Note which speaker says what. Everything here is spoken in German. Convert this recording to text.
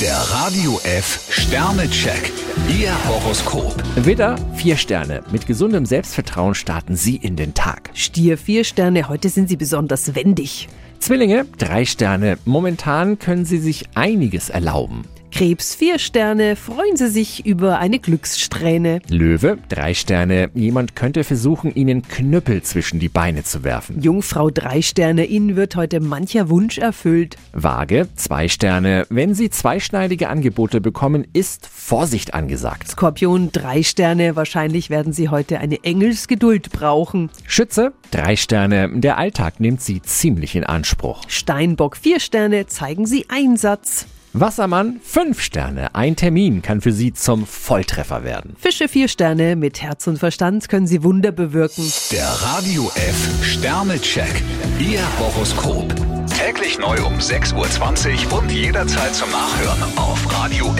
Speaker 1: Der Radio F Sternecheck. Ihr Horoskop.
Speaker 2: Widder, vier Sterne. Mit gesundem Selbstvertrauen starten Sie in den Tag.
Speaker 3: Stier, vier Sterne, heute sind Sie besonders wendig.
Speaker 2: Zwillinge, drei Sterne. Momentan können Sie sich einiges erlauben.
Speaker 3: Krebs, vier Sterne, freuen Sie sich über eine Glückssträhne.
Speaker 2: Löwe, drei Sterne. Jemand könnte versuchen, Ihnen Knüppel zwischen die Beine zu werfen.
Speaker 3: Jungfrau, drei Sterne, Ihnen wird heute mancher Wunsch erfüllt.
Speaker 2: Waage, zwei Sterne. Wenn Sie zweischneidige Angebote bekommen, ist Vorsicht angesagt.
Speaker 3: Skorpion, drei Sterne, wahrscheinlich werden Sie heute eine Engelsgeduld brauchen.
Speaker 2: Schütze, drei Sterne. Der Alltag nimmt Sie ziemlich in Anspruch.
Speaker 3: Steinbock, vier Sterne, zeigen Sie Einsatz.
Speaker 2: Wassermann, fünf Sterne. Ein Termin kann für Sie zum Volltreffer werden.
Speaker 3: Fische, vier Sterne, mit Herz und Verstand können Sie Wunder bewirken.
Speaker 1: Der Radio F Sternecheck. Ihr Horoskop. Täglich neu um 6.20 Uhr und jederzeit zum Nachhören auf Radio